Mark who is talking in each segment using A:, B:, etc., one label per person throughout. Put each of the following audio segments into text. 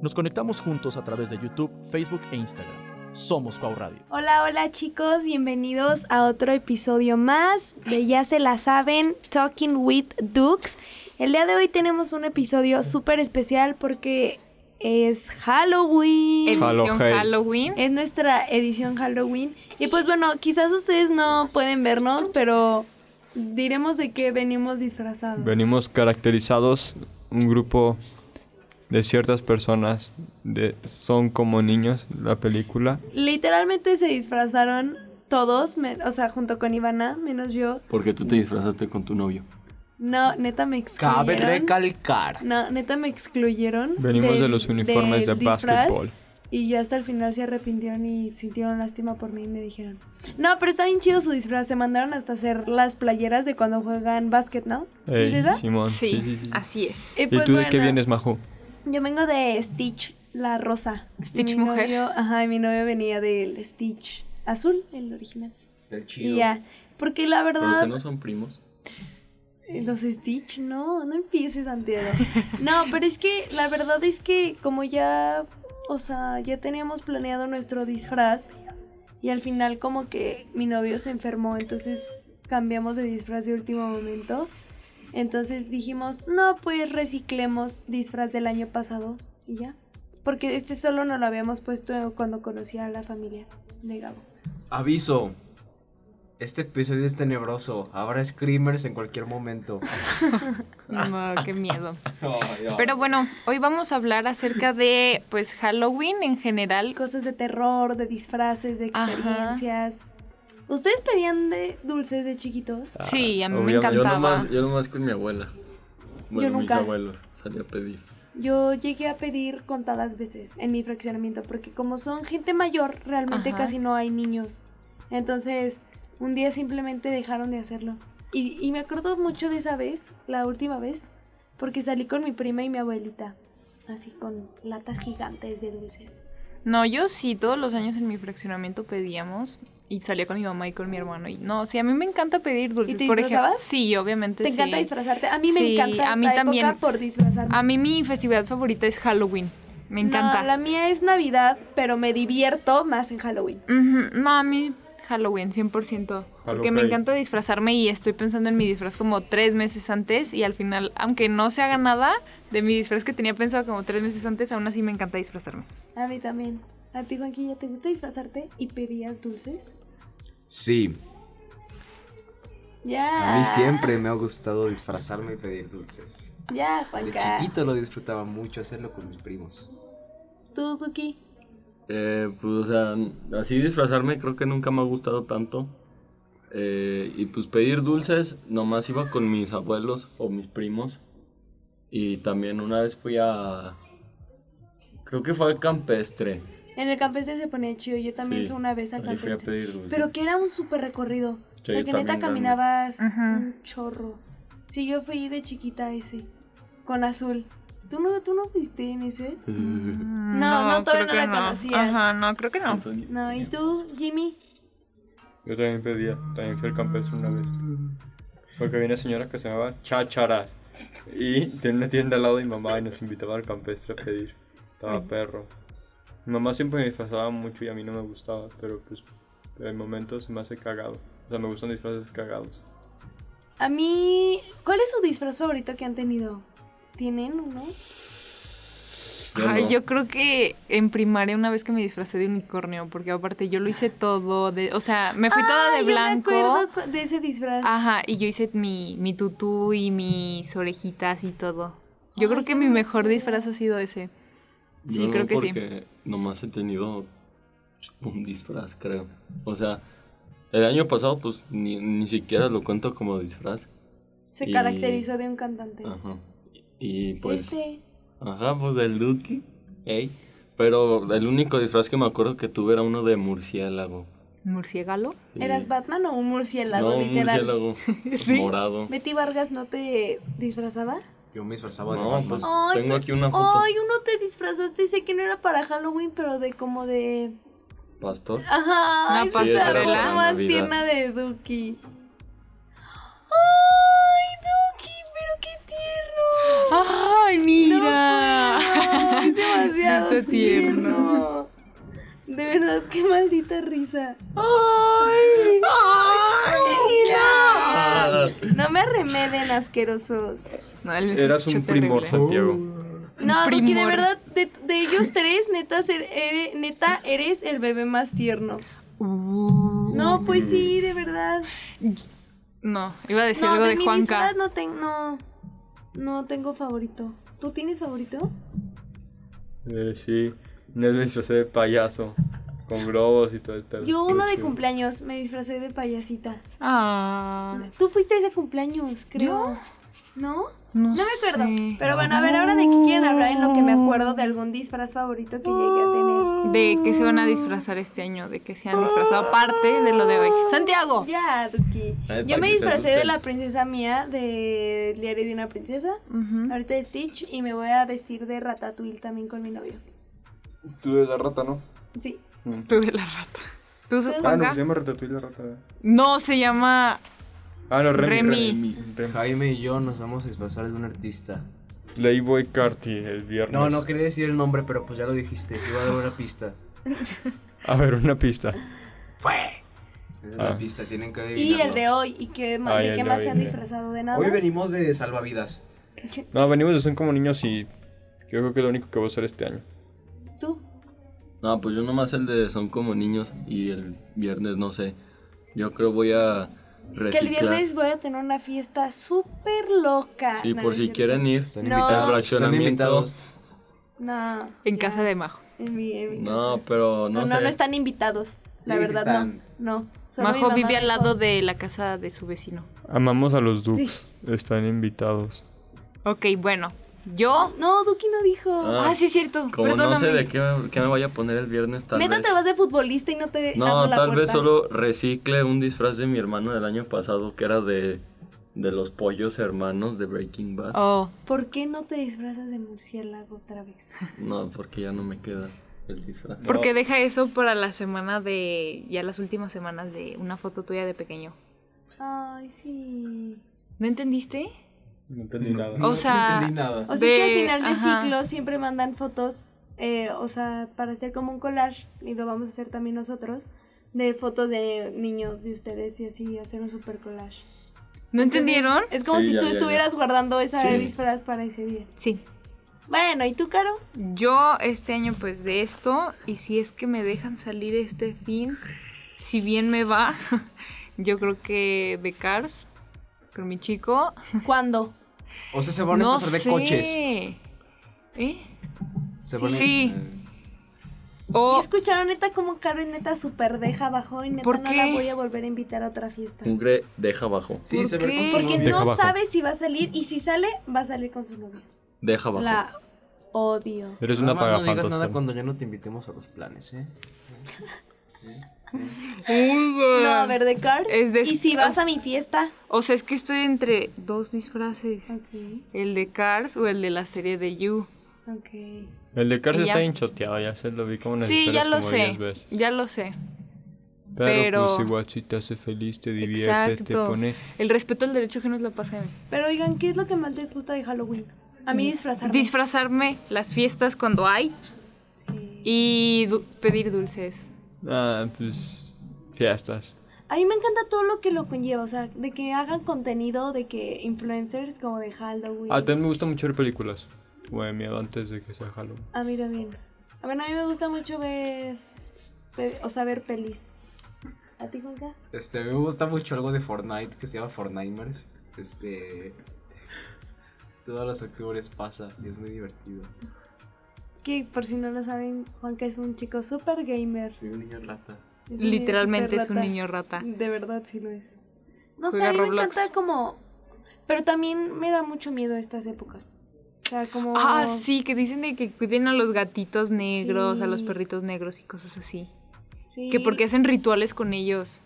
A: Nos conectamos juntos a través de YouTube, Facebook e Instagram. Somos Cuau Radio.
B: Hola, hola chicos, bienvenidos a otro episodio más de Ya se la saben, Talking with Dukes. El día de hoy tenemos un episodio súper especial porque es Halloween.
C: Edición
D: Halo, hey.
C: Halloween. Eh,
B: Es nuestra edición Halloween. Y pues bueno, quizás ustedes no pueden vernos, pero diremos de qué venimos disfrazados.
D: Venimos caracterizados un grupo de ciertas personas de son como niños la película.
B: Literalmente se disfrazaron todos, me- o sea, junto con Ivana, menos yo.
E: Porque tú te disfrazaste con tu novio.
B: No, neta me excluyeron.
F: Cabe recalcar.
B: No, neta me excluyeron.
D: Venimos de,
B: del-
D: los uniformes de
B: del disfraz,
D: básquetbol.
B: Y ya hasta el final se arrepintieron y sintieron lástima por mí y me dijeron. No, pero está bien chido su disfraz. Se mandaron hasta hacer las playeras de cuando juegan básquet, ¿no? ¿Sí es
D: Ey,
B: esa?
D: Simón.
C: Sí,
D: sí, sí, sí.
C: así es.
B: Y
D: ¿Y
B: pues
D: tú de qué
B: bueno,
D: vienes, Majo?
B: Yo vengo de Stitch, la rosa.
C: Stitch
B: Mi
C: mujer.
B: novio- ajá, y mi novio venía del Stitch azul, el original.
E: El
B: Y ya. Porque la
E: Pero
B: verdad,
E: que no son primos.
B: eh, los Stitch, no, no empieces, Santiago. No, pero es que la verdad es que como ya, o sea, ya teníamos planeado nuestro disfraz y al final como que mi novio se enfermó, entonces cambiamos de disfraz de último momento. Entonces dijimos, no, pues reciclemos disfraz del año pasado y ya. Porque este solo nos lo habíamos puesto cuando conocí a la familia de Gabo.
F: Aviso. Este episodio es tenebroso. Habrá screamers en cualquier momento.
C: No, qué miedo. Pero bueno, hoy vamos a hablar acerca de pues Halloween en general.
B: cosas de terror, de disfraces, de
C: Ajá.
B: experiencias. ¿Ustedes pedían de dulces de chiquitos?
C: Sí, a mí me
D: obviamente.
E: Yo
C: encantaba.
E: nomás, yo nomás con mi abuela. Bueno,
B: nunca.
E: mis abuelos. Salí a pedir.
B: Yo llegué a pedir contadas veces en mi fraccionamiento, porque como son gente mayor, realmente
C: Ajá.
B: casi no hay niños. Entonces, un día simplemente dejaron de hacerlo. Y, y me acuerdo mucho de esa vez, la última vez, porque salí con mi prima y mi abuelita, así con latas gigantes de dulces.
C: No, yo sí, todos los años en mi fraccionamiento pedíamos y salía con mi mamá y con mi hermano. Y no, sí, a mí me encanta pedir dulces.
B: te
C: por ejemplo,
B: disfrazabas?
C: sí, obviamente
B: ¿Te
C: sí.
B: encanta disfrazarte? A mí me
C: Sí,
B: encanta
C: a mí
B: esta
C: también.
B: época por disfrazarme.
C: A mí mi festividad favorita es Halloween. Me encanta.
B: No, la mía es Navidad, pero me divierto más en Halloween.
C: Ujú, No, a mí Halloween, 100%. Porque me
D: Halloween.
C: encanta disfrazarme y estoy pensando en mi disfraz como tres meses antes y al final, aunque no se haga nada de mi disfraz que tenía pensado como tres meses antes, aún así me encanta disfrazarme.
B: A mí también. ¿A ti, Juanquilla, te gusta disfrazarte y pedías dulces?
F: Sí,
B: Ya.
F: a mí siempre me ha gustado disfrazarme y pedir dulces.
B: Ya,
F: De
B: Juanca.
F: chiquito lo disfrutaba mucho hacerlo con mis primos.
B: Tú, Duki.
E: Eh, pues, o sea, así disfrazarme creo que nunca me ha gustado tanto. Eh, y pues pedir dulces, nomás iba con mis abuelos o mis primos. Y también una vez fui a... Creo que fue al campestre.
B: En el campestre se ponía chido. Yo también
E: Sí,
B: fui una vez al
E: ahí fui a
B: campestre.
E: pedir dulces.
B: Pero que era un súper recorrido.
E: Sí,
B: o sea, que neta
E: también grande.
B: caminabas
C: Ajá.
B: un chorro. Sí, yo fui de chiquita a ese. Con azul. ¿Tú no, tú no fuiste en ese?
C: Mm.
B: No, no, todavía no
C: creo que
B: la conocías.
C: Ajá, no, creo que no.
B: No, ¿y tú, Jimmy?
D: Yo también pedía, también fui al campestre una vez. Porque había una señora que se llamaba Cháchara. Y tenía una tienda al lado de mi mamá y nos invitaba al campestre a pedir. Estaba perro. Mi mamá siempre me disfrazaba mucho y a mí no me gustaba, pero pues en momentos se me hace cagado. O sea, me gustan disfraces cagados.
B: A mí... ¿Cuál es su disfraz favorito que han tenido? ¿Tienen uno?
C: Ay,
E: no.
C: yo creo que en primaria una vez que me disfracé de unicornio, porque aparte yo lo hice todo, de, o sea, me fui toda
B: Ah,
C: de blanco. Ah.
B: Yo me acuerdo cu- de ese disfraz.
C: Ajá, y yo hice mi, mi tutú y mis orejitas y todo. Yo
B: Ay,
C: creo que
B: qué
C: mi mejor
B: bonito.
C: disfraz ha sido ese. Sí,
E: Yo
C: creo que sí.
E: porque Nomás he tenido un disfraz, creo. O sea, el año pasado pues ni, ni siquiera lo cuento como disfraz.
B: Se
E: y-
B: caracterizó de un cantante.
E: Ajá. Y pues...
B: este,
E: Ajá, pues del Duki. Ey. Pero el único disfraz que me acuerdo que tuve era uno de murciélago.
C: ¿Murciélago?
E: Sí.
B: ¿eras Batman o un murciélago?
E: No, un
B: literal.
E: murciélago morado.
B: ¿Betty Vargas no te disfrazaba?
F: Yo me disfrazaba de
E: No,
F: Batman.
E: pues
B: Ay,
E: tengo
B: pero-
E: aquí una foto.
B: Ay, uno te disfrazaste, sé que no era para Halloween, pero de como de...
E: Pastor.
B: Ajá,
C: Una
B: esa es la
C: pasarela.
B: foto más
E: Navidad.
B: tierna de Duki. ¡Ay, Duki! ¡Pero qué tierno!
C: ¡Ay, mira!
B: No, es demasiado
C: Ah, Está tierno.
B: tierno. De verdad, qué maldita risa.
C: ¡Ay!
B: No me arremeden asquerosos.
C: No, él es
D: Eras un
C: escucho
D: primor,
C: terrible.
F: Uh.
D: Santiago.
B: No, Duki, de
C: Primor.
B: verdad, de, de ellos tres, neta, ser- ere- neta, eres el bebé más tierno.
C: Uh,
B: No, pues sí, de verdad.
C: No, iba a decir
B: No,
C: algo
B: de,
C: de,
B: mi
C: Juanca.
B: disfraz no tengo. No, no tengo favorito. ¿Tú tienes favorito?
D: Eh, sí, me disfrazé de payaso. Con globos y todo el pedo.
B: Yo uno de
D: Sí.
B: cumpleaños me disfracé de payasita.
C: Ah,
B: Tú fuiste a ese cumpleaños, creo.
C: ¿Yo?
B: ¿No?
C: no,
B: No me acuerdo.
C: sé.
B: Pero bueno, a ver, ahora de qué quieren hablar en lo que me acuerdo de algún disfraz favorito que llegué a tener.
C: ¿De qué se van a disfrazar este año? ¿De qué se han disfrazado? Aparte de lo de hoy. ¡Santiago!
B: Ya, Duki. Yo
E: Ay, para
B: me
E: que se
B: disfracé de
E: asusten.
B: la princesa mía, de El diario de una princesa.
C: Ujú.
B: Ahorita de Stitch y me voy a vestir de Ratatouille también con mi novio.
D: Tú eres la rata, ¿no?
B: Sí.
C: Tú de la rata. ¿Tú,
D: Ah, no,
C: Juanca?
B: pues
D: se llama Ratatouille la rata. ¿verdad?
C: No, se llama...
D: Ah, no, Remy.
C: Remy.
D: Remy. Remy.
F: Jaime y yo nos vamos a disfrazar de un artista. Pues
D: Playboy Carti el viernes.
F: No, no quería decir el nombre, pero pues ya lo dijiste. Te iba a dar una pista.
D: A ver, una pista.
F: Esa es
D: Ah.
F: la pista, tienen que adivinarlo.
B: Y el de hoy. ¿Y qué, ma-
D: Ay,
B: de
D: el
B: qué
D: de
B: más
D: hoy,
B: se han
D: ya.
B: disfrazado de nada?
F: Hoy venimos de salvavidas.
D: No, venimos de son como niños y yo creo que es lo único que voy a hacer este año.
B: ¿Tú?
E: No, pues yo nomás el de son como niños y el viernes no sé. Yo creo voy a reciclar.
B: Es que el viernes voy a tener una fiesta súper loca.
E: Sí,
B: No,
E: por
B: no
E: si
B: es cierto.
E: quieren ir.
F: Están
B: Ah, No.
E: El
F: invitados. Están
E: fraccionamiento.
F: invitados.
B: No.
C: En
B: ya,
C: casa de Majo.
B: En mi, en mi casa.
E: No, pero no
B: No,
E: sé.
B: no, no están invitados. La
F: Sí, sí
B: verdad,
F: están.
B: no. No. Solo mi
C: Majo
B: mamá
C: vive al
B: dijo-
C: lado de la casa de su vecino.
D: Amamos a los Dukes.
B: Sí.
D: Están invitados.
C: Ok, bueno. Yo...
B: No, Duki no dijo.
E: Ah,
C: Ah, sí, es cierto.
E: Como
C: Perdóname.
E: no sé de qué, qué me voy a poner el viernes tal
B: Neta,
E: vez.
B: te vas de futbolista y no te. abro
E: No,
B: la
E: tal vez
B: puerta.
E: solo recicle un disfraz de mi hermano del año pasado que era de, de los pollos hermanos de Breaking Bad.
C: Oh,
B: ¿Por qué no te disfrazas de murciélago otra vez?
E: No, porque ya no me queda el disfraz.
C: porque deja eso para la semana de... Ya las últimas semanas de una foto tuya de pequeño.
B: Ay, sí.
C: ¿No entendiste?
D: No entendí nada.
C: O sea...
F: entendí nada.
B: O sea, es que al
C: De-
B: final de
C: ajá.
B: ciclo siempre mandan fotos, eh, o sea, para hacer como un collage, y lo vamos a hacer también nosotros, de fotos de niños de ustedes y así hacer un super collage.
C: ¿No entendieron?
B: Es como
E: Sí,
B: si
E: ya,
B: tú
E: ya, ya.
B: estuvieras guardando esa
E: Sí.
B: disfraz para ese día.
C: Sí.
B: Bueno, ¿y tú, Caro?
C: Yo este año pues de esto, y si es que me dejan salir este fin, si bien me va, yo creo que de Cars, con mi chico.
B: ¿Cuándo?
F: O sea, se van a
C: no
F: disfrazar de
C: sé.
F: coches.
C: ¿Eh?
F: Se van a-
C: Sí.
F: Eh,
B: ¿Y
C: O
B: escucharon neta como Caro y neta super deja abajo y neta
C: ¿Por
B: no
C: qué?
B: la voy a volver a invitar a otra fiesta?
E: Mugre deja abajo.
F: Sí,
C: ¿Por
F: se van
C: qué?
F: con
B: Porque
D: Deja
B: no
D: abajo.
B: sabe si va a salir y si sale, va a salir con su novio.
E: Deja abajo.
B: La odio.
D: Eres
F: Nada
D: una
F: más no digas
D: pagafantas.
F: nada
D: Caro.
F: cuando ya no te invitemos a los planes, ¿eh?
B: No, a ver, de Card.
C: Es de-
B: ¿Y si vas a mi fiesta?
C: o sea, es que estoy entre dos disfraces. El de Cars o el de la serie de You.
B: ok.
D: El de Cars
C: Y
D: está
C: ya.
D: hinchoteado, ya se lo vi como en las
C: Sí, ya
D: historias
C: lo
D: como
C: sé.
D: 10 veces.
C: Ya lo sé.
D: Pero,
C: Pero-
D: pues igual si te hace feliz, te diviertes, te
C: Exacto.
D: pone...
C: El respeto al derecho que nos lo pasa a mí.
B: Pero oigan, ¿qué es lo que más les gusta de Halloween? A
C: Mm.
B: mí disfrazarme.
C: Disfrazarme las fiestas cuando hay
B: Sí.
C: y du- pedir dulces.
D: Ah, pues... Fiestas.
B: A mí me encanta todo lo que lo conlleva, o sea, de que hagan contenido, de que influencers como de Halloween.
D: Ah, también me gusta mucho ver películas. Como de miedo antes de que sea Halloween.
B: A mí también. A ver, a mí me gusta mucho ver, ver- o sea, ver pelis. ¿A ti, Juanca?
F: Este, a mí me gusta mucho algo de Fortnite que se llama Fortnimers. Este. Todos los octubres pasa y es muy divertido.
B: Que por si no lo saben, Juanca es un chico super gamer.
F: Soy un niño rata.
B: Es un niño
C: Literalmente
B: súper
C: es un
B: rata.
C: niño rata.
B: De verdad sí lo es. No sé,
C: Juega
B: a mí me
C: Roblox.
B: encanta como... Pero también me da mucho miedo estas épocas. O sea, como...
C: Ah, sí, que dicen de que cuiden a los gatitos negros, a los
B: Sí.
C: perritos negros y cosas así.
B: sí.
C: Que porque hacen rituales con ellos.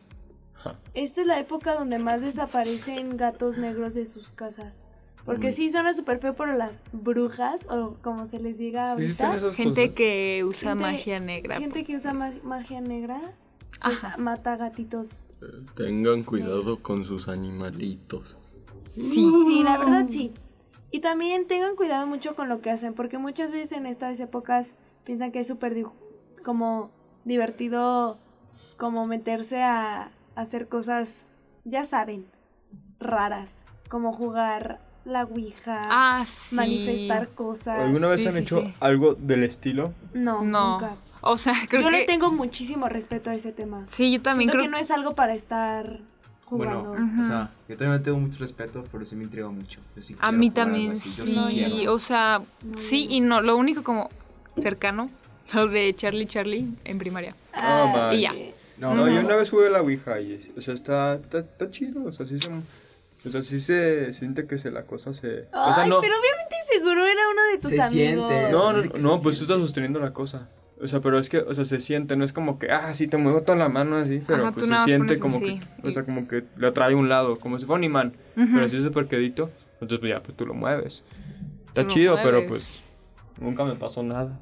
B: Esta es la época donde más desaparecen gatos negros de sus casas. Porque
E: Uy.
B: sí suena súper feo, pero las brujas, o como se les diga ahorita...
C: Gente que usa
B: gente-
C: magia negra. pues.
B: Gente que usa ma- magia negra, pues,
C: Ajá.
B: mata gatitos.
E: Tengan cuidado con sus animalitos.
C: Mm.
B: Sí, sí, la verdad sí. Y también tengan cuidado mucho con lo que hacen, porque muchas veces en estas épocas piensan que es súper di- como divertido como meterse a, a hacer cosas, ya saben, raras, como jugar la ouija,
C: Ah, sí.
B: manifestar cosas.
D: ¿Alguna vez
C: Sí,
D: han
C: sí,
D: hecho
C: sí.
D: algo del estilo?
B: No,
C: No.
B: nunca.
C: O sea, creo
B: Yo
C: que.
B: le tengo muchísimo respeto a ese tema.
C: Sí, yo también
B: Siento
C: creo.
B: que no es algo para estar jugando.
F: Bueno,
C: Ujú.
F: o sea, yo también le tengo mucho respeto, pero sí me intriga mucho. Yo sí
C: A
F: quiero
C: mí
F: jugar algo
C: también,
F: así, yo
C: sí.
F: quiero.
C: O sea,
B: No,
C: sí
B: no.
C: y no. Lo único como cercano, lo de Charlie Charlie en primaria.
D: Ah,
B: Ah,
D: man.
C: Y ya.
D: No,
C: No,
D: yo
C: no.
D: una vez jugué a la Ouija y, es- o sea, está, está, está chido, o sea, sí se, o sea, sí se siente que se, la cosa se... o sea,
B: Ay,
D: no,
B: pero obviamente seguro era uno de tus
F: Se
B: amigos.
F: siente.
D: no, no,
F: Así que
D: no,
F: se
D: pues tú
F: siente.
D: estás sosteniendo la cosa. O sea, pero es que, o sea, se siente, no es como que, ah, sí, te muevo toda la mano así, pero
C: Ajá, tú
D: pues
C: nada
D: se
C: más pones
D: siente como
C: así.
D: que, o sea, como que le atrae a un lado, como si fuera un imán, pero si es súper quedito, entonces pues ya, pues tú lo mueves. Está
C: Tú lo
D: chido, pero
C: mueves.
D: pues nunca me pasó nada.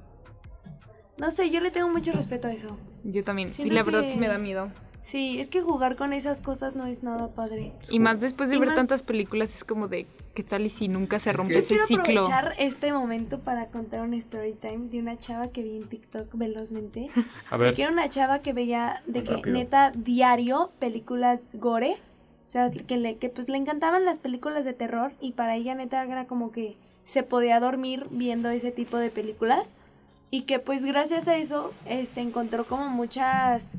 B: No sé, yo le tengo mucho respeto a eso.
C: Yo también.
B: Siento
C: y la verdad sí
B: que-
C: me da miedo.
B: Sí, es que jugar con esas cosas no es nada padre.
C: Y más después de
B: Y
C: ver
B: más-
C: tantas películas es como de, ¿qué tal y si nunca se
F: Es
C: rompe
F: que-
B: Yo quiero
C: ese ciclo?
B: aprovechar este momento para contar un story time de una chava que vi en TikTok velozmente.
D: A ver,
B: Que era una chava que veía de que
E: Rápido.
B: neta diario películas gore. O sea, que, le, que pues le encantaban las películas de terror y para ella neta era como que se podía dormir viendo ese tipo de películas. Y que pues gracias a eso este, encontró como muchas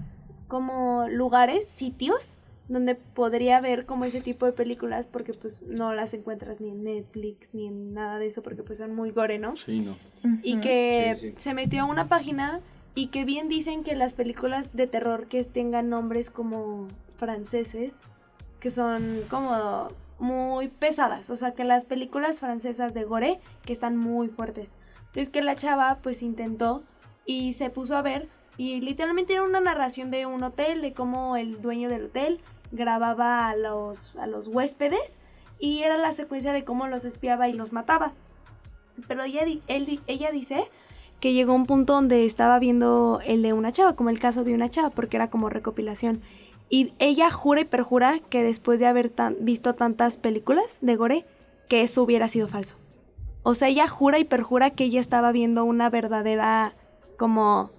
B: como lugares, sitios donde podría ver como ese tipo de películas porque pues no las encuentras ni en Netflix ni en nada de eso porque pues son muy gore, ¿no?
E: Sí, no.
B: y que
E: Sí, sí.
B: se metió a una página y que bien dicen que las películas de terror que tengan nombres como franceses, que son como muy pesadas, o sea que las películas francesas de gore que están muy fuertes. Entonces que la chava pues intentó y se puso a ver y literalmente era una narración de un hotel, de cómo el dueño del hotel grababa a los, a los huéspedes y era la secuencia de cómo los espiaba y los mataba. Pero ella, di- él di- ella dice que llegó un punto donde estaba viendo el de una chava, como el caso de una chava, porque era como recopilación. Y ella jura y perjura que después de haber tan- visto tantas películas de Gore, que eso hubiera sido falso. O sea, ella jura y perjura que ella estaba viendo una verdadera como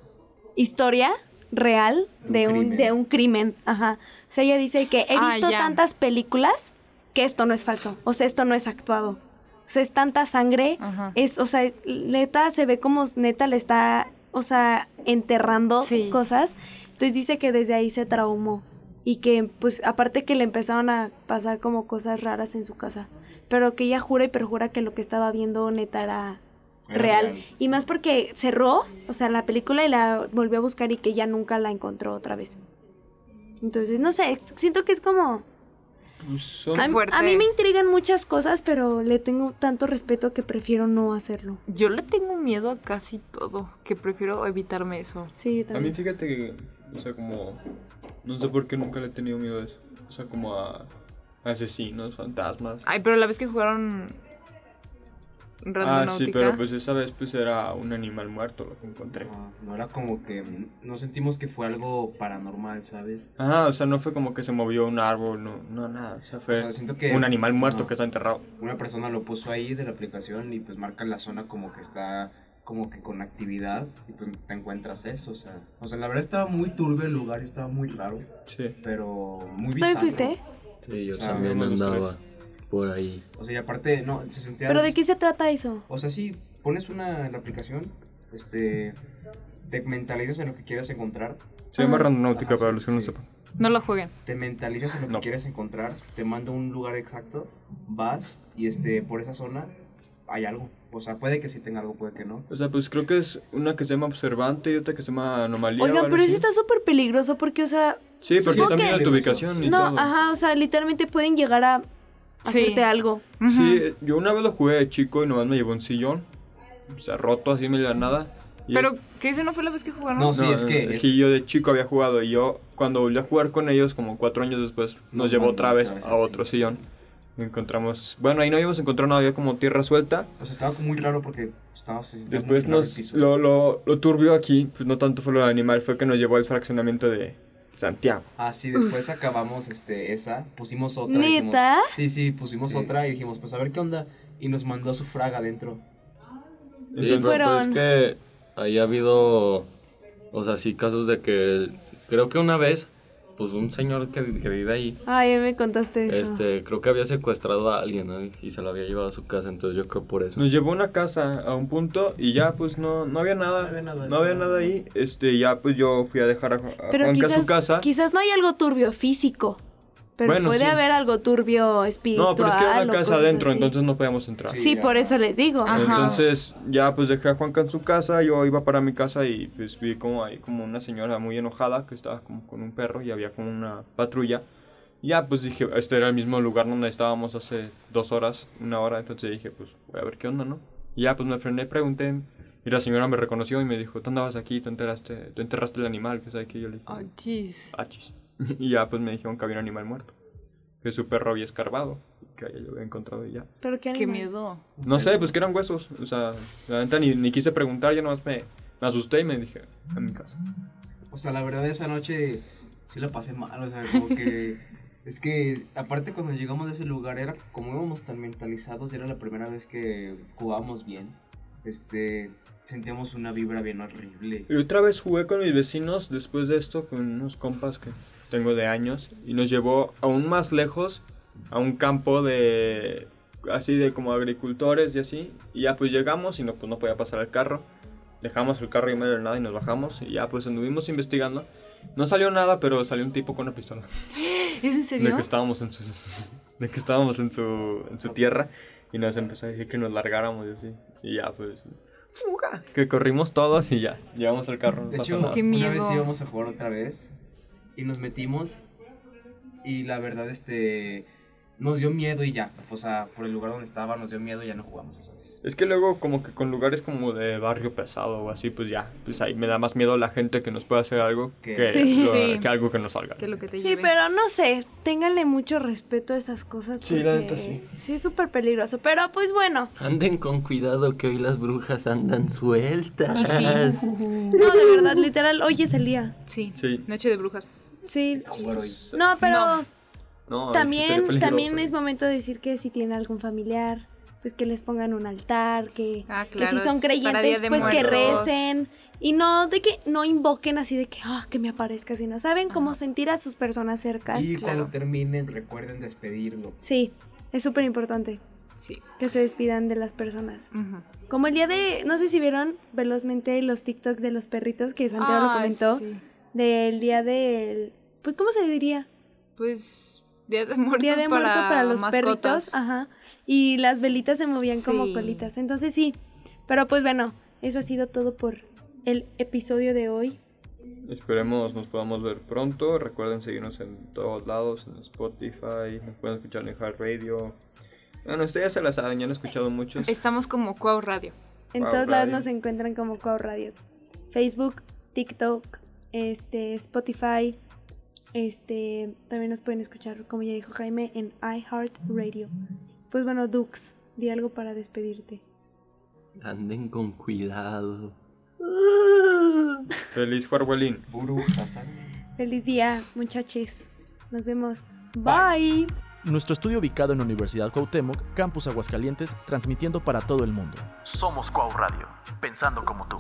B: historia real
F: Un
B: de, un,
F: crimen.
B: de un crimen. Ajá. O sea, ella dice que he
C: Ah,
B: visto
C: ya.
B: tantas películas que esto no es falso. O sea, esto no es actuado. O sea, es tanta sangre.
C: Ajá.
B: Es, o sea, neta se ve como neta le está, o sea, enterrando
C: Sí.
B: cosas. Entonces dice que desde ahí se traumó. Y que, pues, aparte que le empezaron a pasar como cosas raras en su casa. Pero que ella jura y perjura que lo que estaba viendo neta era
F: Era
B: real.
F: real.
B: Y más porque cerró, o sea, la película y la volvió a buscar y que ya nunca la encontró otra vez. Entonces, no sé, siento que es como...
D: pues, son-
B: A,
C: fuerte.
B: a mí me intrigan muchas cosas, pero le tengo tanto respeto que prefiero no hacerlo.
C: Yo le tengo miedo a casi todo, que prefiero evitarme eso.
B: Sí, yo
D: A mí
B: también.
D: fíjate que, o sea, como, no sé por qué nunca le he tenido miedo a eso. O sea, como a asesinos, fantasmas.
B: Ah,
C: Ay, pero la vez que jugaron
D: Ah, sí,
C: Randonáutica.
D: pero pues esa vez pues era un animal muerto lo que encontré.
F: No, no era como que no sentimos que fue algo paranormal, ¿sabes?
D: Ajá, o sea, no fue como que se movió un árbol, no, no, nada. O sea, fue
F: O sea, siento que-
D: un animal muerto
F: no.
D: que está enterrado.
F: Una persona lo puso ahí de la aplicación y pues marca la zona como que está como que con actividad y pues te encuentras eso, o sea, o sea, la verdad estaba muy turbio el lugar, estaba muy raro,
D: Sí.
F: pero muy
B: ¿Tú
F: bizarro.
B: también fuiste?
E: Sí, yo
F: O sea,
E: también
D: uno de los
E: andaba por ahí.
F: O sea, y aparte no, se sentía pues,
B: ¿Pero de qué se trata eso?
F: O sea, sí, pones una la aplicación, este te mentalizas en lo que quieres encontrar,
D: Se llama
B: Ajá.
D: randonáutica
F: Ajá,
D: para
F: sí,
D: los que no
F: sí.
D: sepan.
C: No lo jueguen.
F: te mentalizas en lo que
D: No.
F: quieres encontrar, te manda un lugar exacto, vas y este por esa zona hay algo. O sea, puede que sí tenga algo, puede que no.
D: O sea, pues creo que es una que se llama observante y otra que se llama anomalía. o
B: Oigan,
D: algo
B: pero eso
D: así.
B: está súper peligroso porque, o sea,
D: Sí, porque
B: Supongo
D: también
B: que-
D: la tu ubicación y
B: no,
D: todo.
B: ajá, o sea, literalmente pueden llegar a
C: Sí.
B: hacerte algo.
C: Ujú.
D: Sí, eh, yo una vez lo jugué de chico y nomás me llevó un sillón. O sea, roto así en medio de la nada. y
C: Pero,
D: es-
C: ¿qué eso no fue la vez que jugaron?
F: No, sí,
D: No,
F: es que.
D: Es que yo de chico había jugado y yo, cuando volví a jugar con ellos, como cuatro años después, nos
F: Nos
D: llevó
F: mandó
D: otra vez
F: otra vez
D: a
F: al
D: otro sillón. Encontramos. Bueno, ahí no habíamos encontrado nada, había como tierra suelta.
F: O sea, estaba como muy raro porque estaba. se sentía
D: Después
F: muy raro el
D: nos.
F: piso.
D: Lo, lo, lo turbio aquí, pues no tanto fue lo del animal, fue que nos llevó al fraccionamiento de Santiago.
F: Ah, sí, después acabamos este, esa, pusimos otra. y dijimos-
B: ¿Neta?
F: sí, sí, pusimos otra y dijimos, pues a ver qué onda. y nos mandó a su fraga adentro.
E: Y pero- pero es
B: fueron.
E: que ahí ha habido, o sea, sí casos de que, creo que una vez, pues un señor que, que vive ahí,
B: Ay, ya me contaste eso.
E: este, creo que había secuestrado a alguien ¿no? y se lo había llevado a su casa, entonces yo creo por eso.
D: Nos llevó a una casa a un punto y ya pues no, no había nada. No había nada, ahí. Este, ya pues yo fui a dejar a, a
B: Pero
D: Juanca
B: quizás,
D: a su casa.
B: quizás no hay algo turbio físico. Pero
D: Bueno,
B: puede
D: sí.
B: haber algo turbio espiritual.
D: No, pero es que era una
B: o
D: casa
B: cosas
D: adentro,
B: así.
D: entonces no podíamos entrar.
B: Sí, por eso les digo.
C: Ajá.
D: Entonces ya pues dejé a Juanca en su casa, yo iba para mi casa y pues vi como ahí como una señora muy enojada que estaba como con un perro y había como una patrulla. Ya pues dije, este era el mismo lugar donde estábamos hace dos horas, una hora, entonces dije pues voy a ver qué onda, ¿no? Y ya pues me frené, pregunté y la señora me reconoció y me dijo, tú andabas aquí, tú enteraste, tú enterraste el animal, que sabe que yo le dije,
C: Oh, jeez.
D: "Achis". Y ya pues me dijeron que había un animal muerto, que su perro había escarbado, que ahí lo había encontrado y ya.
B: Pero qué,
C: Qué
B: animal.
C: miedo.
D: No sé, pues que eran huesos. O sea, la neta ni, ni quise preguntar, yo nomás me, me asusté y me dije, a mi casa.
F: O sea, la verdad esa noche sí la pasé mal, o sea, como que... es que aparte cuando llegamos de ese lugar era como íbamos tan mentalizados, era la primera vez que jugábamos bien. Este, sentíamos una vibra bien horrible.
D: Y otra vez jugué con mis vecinos después de esto, con unos compas que tengo de años, y nos llevó aún más lejos a un campo de. así de como agricultores y así. Y ya pues llegamos y no, pues no podía pasar el carro. Dejamos el carro y medio de nada y nos bajamos. Y ya pues anduvimos investigando. No salió nada, pero salió un tipo con una pistola.
C: ¿Es en
D: De
C: serio?
D: que estábamos en su, de que estábamos en su, en su tierra y nos empezó a decir que nos largáramos y así. Y ya, pues. ¡Fuga! Que corrimos todos y ya. Llegamos al carro. No
F: De
D: pasó
F: hecho,
D: nada.
C: Qué
F: una
C: miedo.
F: vez íbamos a jugar otra vez y nos metimos y la verdad, este, nos dio miedo y ya. O sea, por el lugar donde estaba nos dio miedo y ya no jugamos esa vez.
D: Es que luego, como que con lugares como de barrio pesado o así, pues ya. Pues ahí me da más miedo la gente que nos puede hacer algo
F: Que-
D: que,
B: Sí.
D: lo-
C: Sí.
D: que algo que nos salga.
C: Que lo que te
B: Sí,
C: lleve.
B: pero no sé, ténganle mucho respeto a esas cosas.
D: Sí, la
B: porque
D: neta sí.
B: Sí, es súper peligroso. Pero pues bueno,
E: Anden con cuidado que hoy las brujas andan sueltas.
B: Pues
C: Y
B: no, de verdad, literal, hoy es el día.
C: Sí.
D: Sí.
C: Noche de brujas.
B: Sí.
F: Jugar hoy.
B: No, pero
D: No, es historia
B: también,
D: peligrosa.
B: también es momento de decir que si tienen algún familiar, pues que les pongan un altar, que,
C: Ah,
B: que
C: claro,
B: si son
C: es para Día
B: creyentes,
C: de
B: pues que
C: Muertos.
B: recen. Y no de que no invoquen así de que, ah, que me aparezca, sino saben cómo sentir a sus personas cercas.
F: Y
C: claro.
F: cuando terminen, recuerden despedirlo.
B: Sí, es súper importante
C: Sí.
B: que se despidan de las personas.
C: Ujú.
B: Como el día de, no sé si vieron velozmente los TikToks de los perritos que Santiago lo
C: Ay,
B: comentó,
C: sí.
B: del día del, pues ¿cómo se diría?
C: Pues Día de Muertos
B: día de
C: para,
B: muerto para los
C: mascotas.
B: perritos, Ah. ajá, y las velitas se movían como
C: Sí.
B: colitas, entonces sí, pero pues bueno, eso ha sido todo por el episodio de hoy.
D: Esperemos nos podamos ver pronto. Recuerden seguirnos en todos lados, en Spotify, nos pueden escuchar en Hard Radio. Bueno, ustedes ya se la saben, ya han escuchado muchos.
C: Estamos como Cuau Radio.
B: En
D: Cuau
B: todos lados
D: Radio.
B: nos encuentran como Cuau Radio, Facebook, TikTok, este, Spotify, este, también nos pueden escuchar, como ya dijo Jaime, en iHeartRadio. Pues bueno, Dux, di algo para despedirte.
E: Anden con cuidado.
D: Feliz Farwelín.
F: Buru, pasar.
B: Feliz día, muchachos. Nos vemos. Bye.
A: Nuestro estudio ubicado en la Universidad Cuauhtémoc, Campus Aguascalientes, transmitiendo para todo el mundo. Somos Cuau Radio, pensando como tú.